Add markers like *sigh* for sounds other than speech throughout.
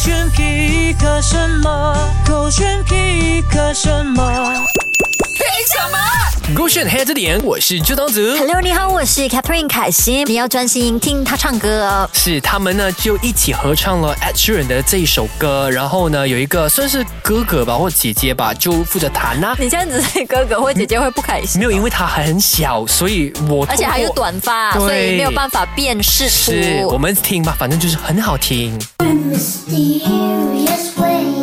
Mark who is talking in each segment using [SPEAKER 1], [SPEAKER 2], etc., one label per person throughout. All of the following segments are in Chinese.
[SPEAKER 1] 选皮克什么？狗选皮克什么？
[SPEAKER 2] 勾选黑着脸，我是朱东子。
[SPEAKER 3] Hello，你好，我是 Catherine 凯欣，你要专心听他唱歌哦。
[SPEAKER 2] 是他们呢就一起合唱了 Ed Sheeran 的这一首歌，然后呢有一个算是哥哥吧或姐姐吧，就负责弹呐、
[SPEAKER 3] 你这样子，哥哥或姐姐会不开心，
[SPEAKER 2] 没有，因为他还很小，所以我
[SPEAKER 3] 而且还有
[SPEAKER 2] 通过
[SPEAKER 3] 短发，
[SPEAKER 2] 对
[SPEAKER 3] 所以没有办法辨识
[SPEAKER 2] 是我
[SPEAKER 3] 出。
[SPEAKER 2] 们听吧，反正就是很好听。
[SPEAKER 4] mysterious ways.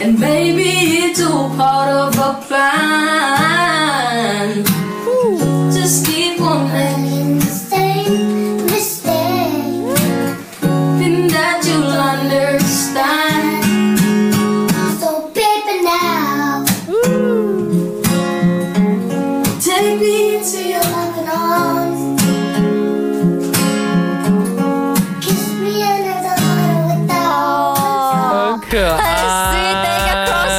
[SPEAKER 5] And baby, it's all part of a plan. Just keep on
[SPEAKER 4] Making the same mistake.
[SPEAKER 5] hoping that you'll understand.
[SPEAKER 4] So, baby, now
[SPEAKER 5] Take me into
[SPEAKER 4] your loving arms. Kiss me another time
[SPEAKER 3] 哦
[SPEAKER 2] 很
[SPEAKER 4] without.
[SPEAKER 2] 可
[SPEAKER 3] 很 sweet 的一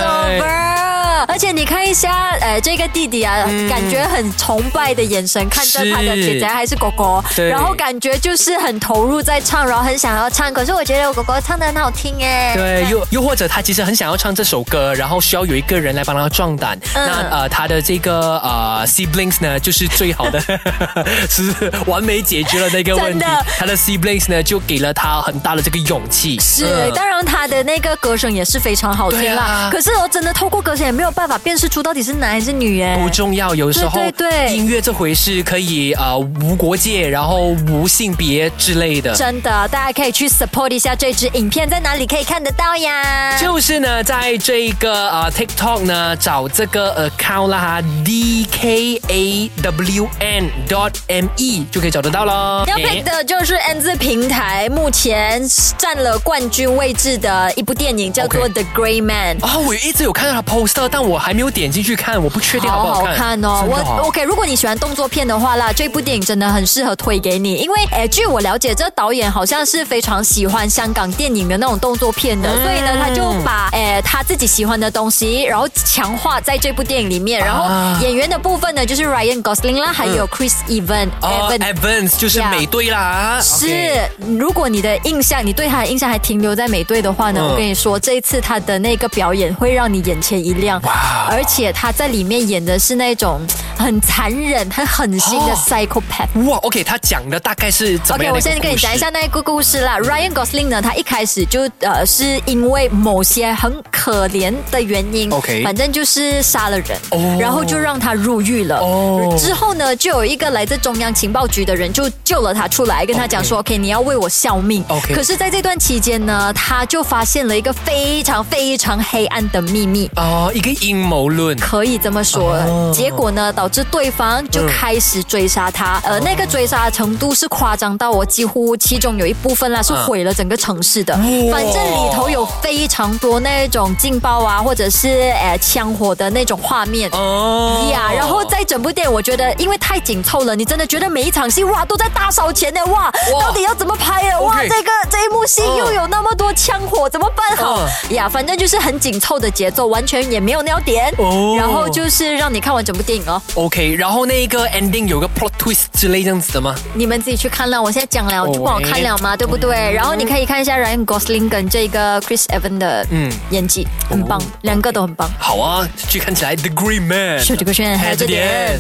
[SPEAKER 3] 个
[SPEAKER 2] 哎
[SPEAKER 3] crossover，而且你看一下，呃，这个弟弟啊，感觉很崇拜的眼神看着他的
[SPEAKER 2] 嗯是
[SPEAKER 3] 姐姐还是狗狗，
[SPEAKER 2] 对
[SPEAKER 3] 然后感觉就是很投入在唱，然后很想要唱。可是我觉得我狗狗唱的很好听哎，
[SPEAKER 2] 对，又又或者他其实很想要唱这首歌，然后需要有一个人来帮他壮胆。
[SPEAKER 3] 嗯
[SPEAKER 2] 那呃，他的这个呃 siblings 呢，就是最好的， *laughs* 是完美解决了那个问题
[SPEAKER 3] 真的。
[SPEAKER 2] 他的 siblings 呢，就给了他很大的这个勇气。
[SPEAKER 3] 是，
[SPEAKER 2] 嗯
[SPEAKER 3] 当然他的那个歌声也是非常好听
[SPEAKER 2] 对
[SPEAKER 3] 啦。
[SPEAKER 2] 啊
[SPEAKER 3] 可是我真的透过歌声也没有办法辨识出到底是男还是女哎耶。
[SPEAKER 2] 不重要，有时候
[SPEAKER 3] 对对对
[SPEAKER 2] 音乐这回事可以呃无国界，然后无性别之类的。
[SPEAKER 3] 真的，大家可以去 support 一下这支影片，在哪里可以看得到呀？
[SPEAKER 2] 就是呢，在这一个呃 TikTok 呢，找这个 account 啦哈，D K A W N dot M E 就可以找得到咯。
[SPEAKER 3] 要 pick
[SPEAKER 2] 诶
[SPEAKER 3] 的就是 N 字平台目前占了冠军位置的一部电影，叫做《
[SPEAKER 2] OK
[SPEAKER 3] The Gray Man》。
[SPEAKER 2] 哦，我一直有看到他 poster，但我还没有点进去看，我不确定好不
[SPEAKER 3] 好
[SPEAKER 2] 好
[SPEAKER 3] 好
[SPEAKER 2] 看。
[SPEAKER 3] 看哦！
[SPEAKER 2] 真的
[SPEAKER 3] 我 OK，如果你喜欢动作片的话啦，这部电影真的很适合推给你，因为诶，据我了解，这导演好像是非常喜欢香港电影的那种动作片
[SPEAKER 2] 嗯
[SPEAKER 3] 的，所以呢，他就把诶他自己喜欢的东西，然后强化在这部电影里面。然
[SPEAKER 2] 啊嗯
[SPEAKER 3] 后演员的部分呢，就是 Ryan Gosling 啦，还有 Chris Evan
[SPEAKER 2] 哦
[SPEAKER 3] Evan。
[SPEAKER 2] ，Evans 就是
[SPEAKER 3] 呀
[SPEAKER 2] 美队啦。
[SPEAKER 3] 是
[SPEAKER 2] OK，
[SPEAKER 3] 如果你的印象，你对他的印象还停留在美队的话呢，
[SPEAKER 2] 嗯
[SPEAKER 3] 我跟你说，这一次他的那个表演会让你眼前一亮，而且他在里面演的是那种很残忍、很狠心的
[SPEAKER 2] 哦
[SPEAKER 3] psychopath。
[SPEAKER 2] 哇，OK，他讲的大概是怎么
[SPEAKER 3] OK，
[SPEAKER 2] 样的
[SPEAKER 3] 我
[SPEAKER 2] 一个
[SPEAKER 3] 先跟你
[SPEAKER 2] 故事
[SPEAKER 3] 讲一下那个故事啦。Ryan Gosling 呢，他一开始就呃是因为某些很可怜的原因
[SPEAKER 2] OK
[SPEAKER 3] 反正就是杀了人
[SPEAKER 2] 哦
[SPEAKER 3] 然后就让他入狱了。
[SPEAKER 2] 哦
[SPEAKER 3] 之后呢，就有一个来自中央情报局的人就救了他出来，跟他讲说 OK 你要为我效命。
[SPEAKER 2] OK
[SPEAKER 3] 可是在这段期间呢，他就发现了一个非常非常黑暗的秘密。
[SPEAKER 2] 哦，一个阴谋论。
[SPEAKER 3] 可以这么说。
[SPEAKER 2] 哦
[SPEAKER 3] 结果呢，导致对方就开始追杀他，呃，那个追杀的程度是夸张到我几乎其中有一部分啦是毁了整个城市的，反正里头有非常多那种劲爆啊，或者是呃枪火的那种画面。
[SPEAKER 2] 哦
[SPEAKER 3] 呀然后在整部电影，我觉得因为太紧凑了，你真的觉得每一场戏哇都在大烧钱的哇，
[SPEAKER 2] 哇
[SPEAKER 3] 到底要怎么拍啊？哇
[SPEAKER 2] OK
[SPEAKER 3] 这个这一幕戏
[SPEAKER 2] 嗯
[SPEAKER 3] 又有那么多枪火，怎么办好？
[SPEAKER 2] 嗯
[SPEAKER 3] 呀，反正就是很紧凑的节奏，完全也没有尿点。
[SPEAKER 2] 哦
[SPEAKER 3] 然后就是让你看完整部电影哦，
[SPEAKER 2] OK，然后那一个 ending 有个 plot twist 之类这样子的吗？
[SPEAKER 3] 你们自己去看了。我现在讲了，
[SPEAKER 2] 哦
[SPEAKER 3] 就不好看了嘛，对不对？然后你可以看一下 Ryan Gosling 跟这个 Chris Evans 的
[SPEAKER 2] 嗯
[SPEAKER 3] 演技，很棒，两个都很棒。
[SPEAKER 2] 好啊，去看起来 The Green Man
[SPEAKER 3] 秀这个炫，还有这点。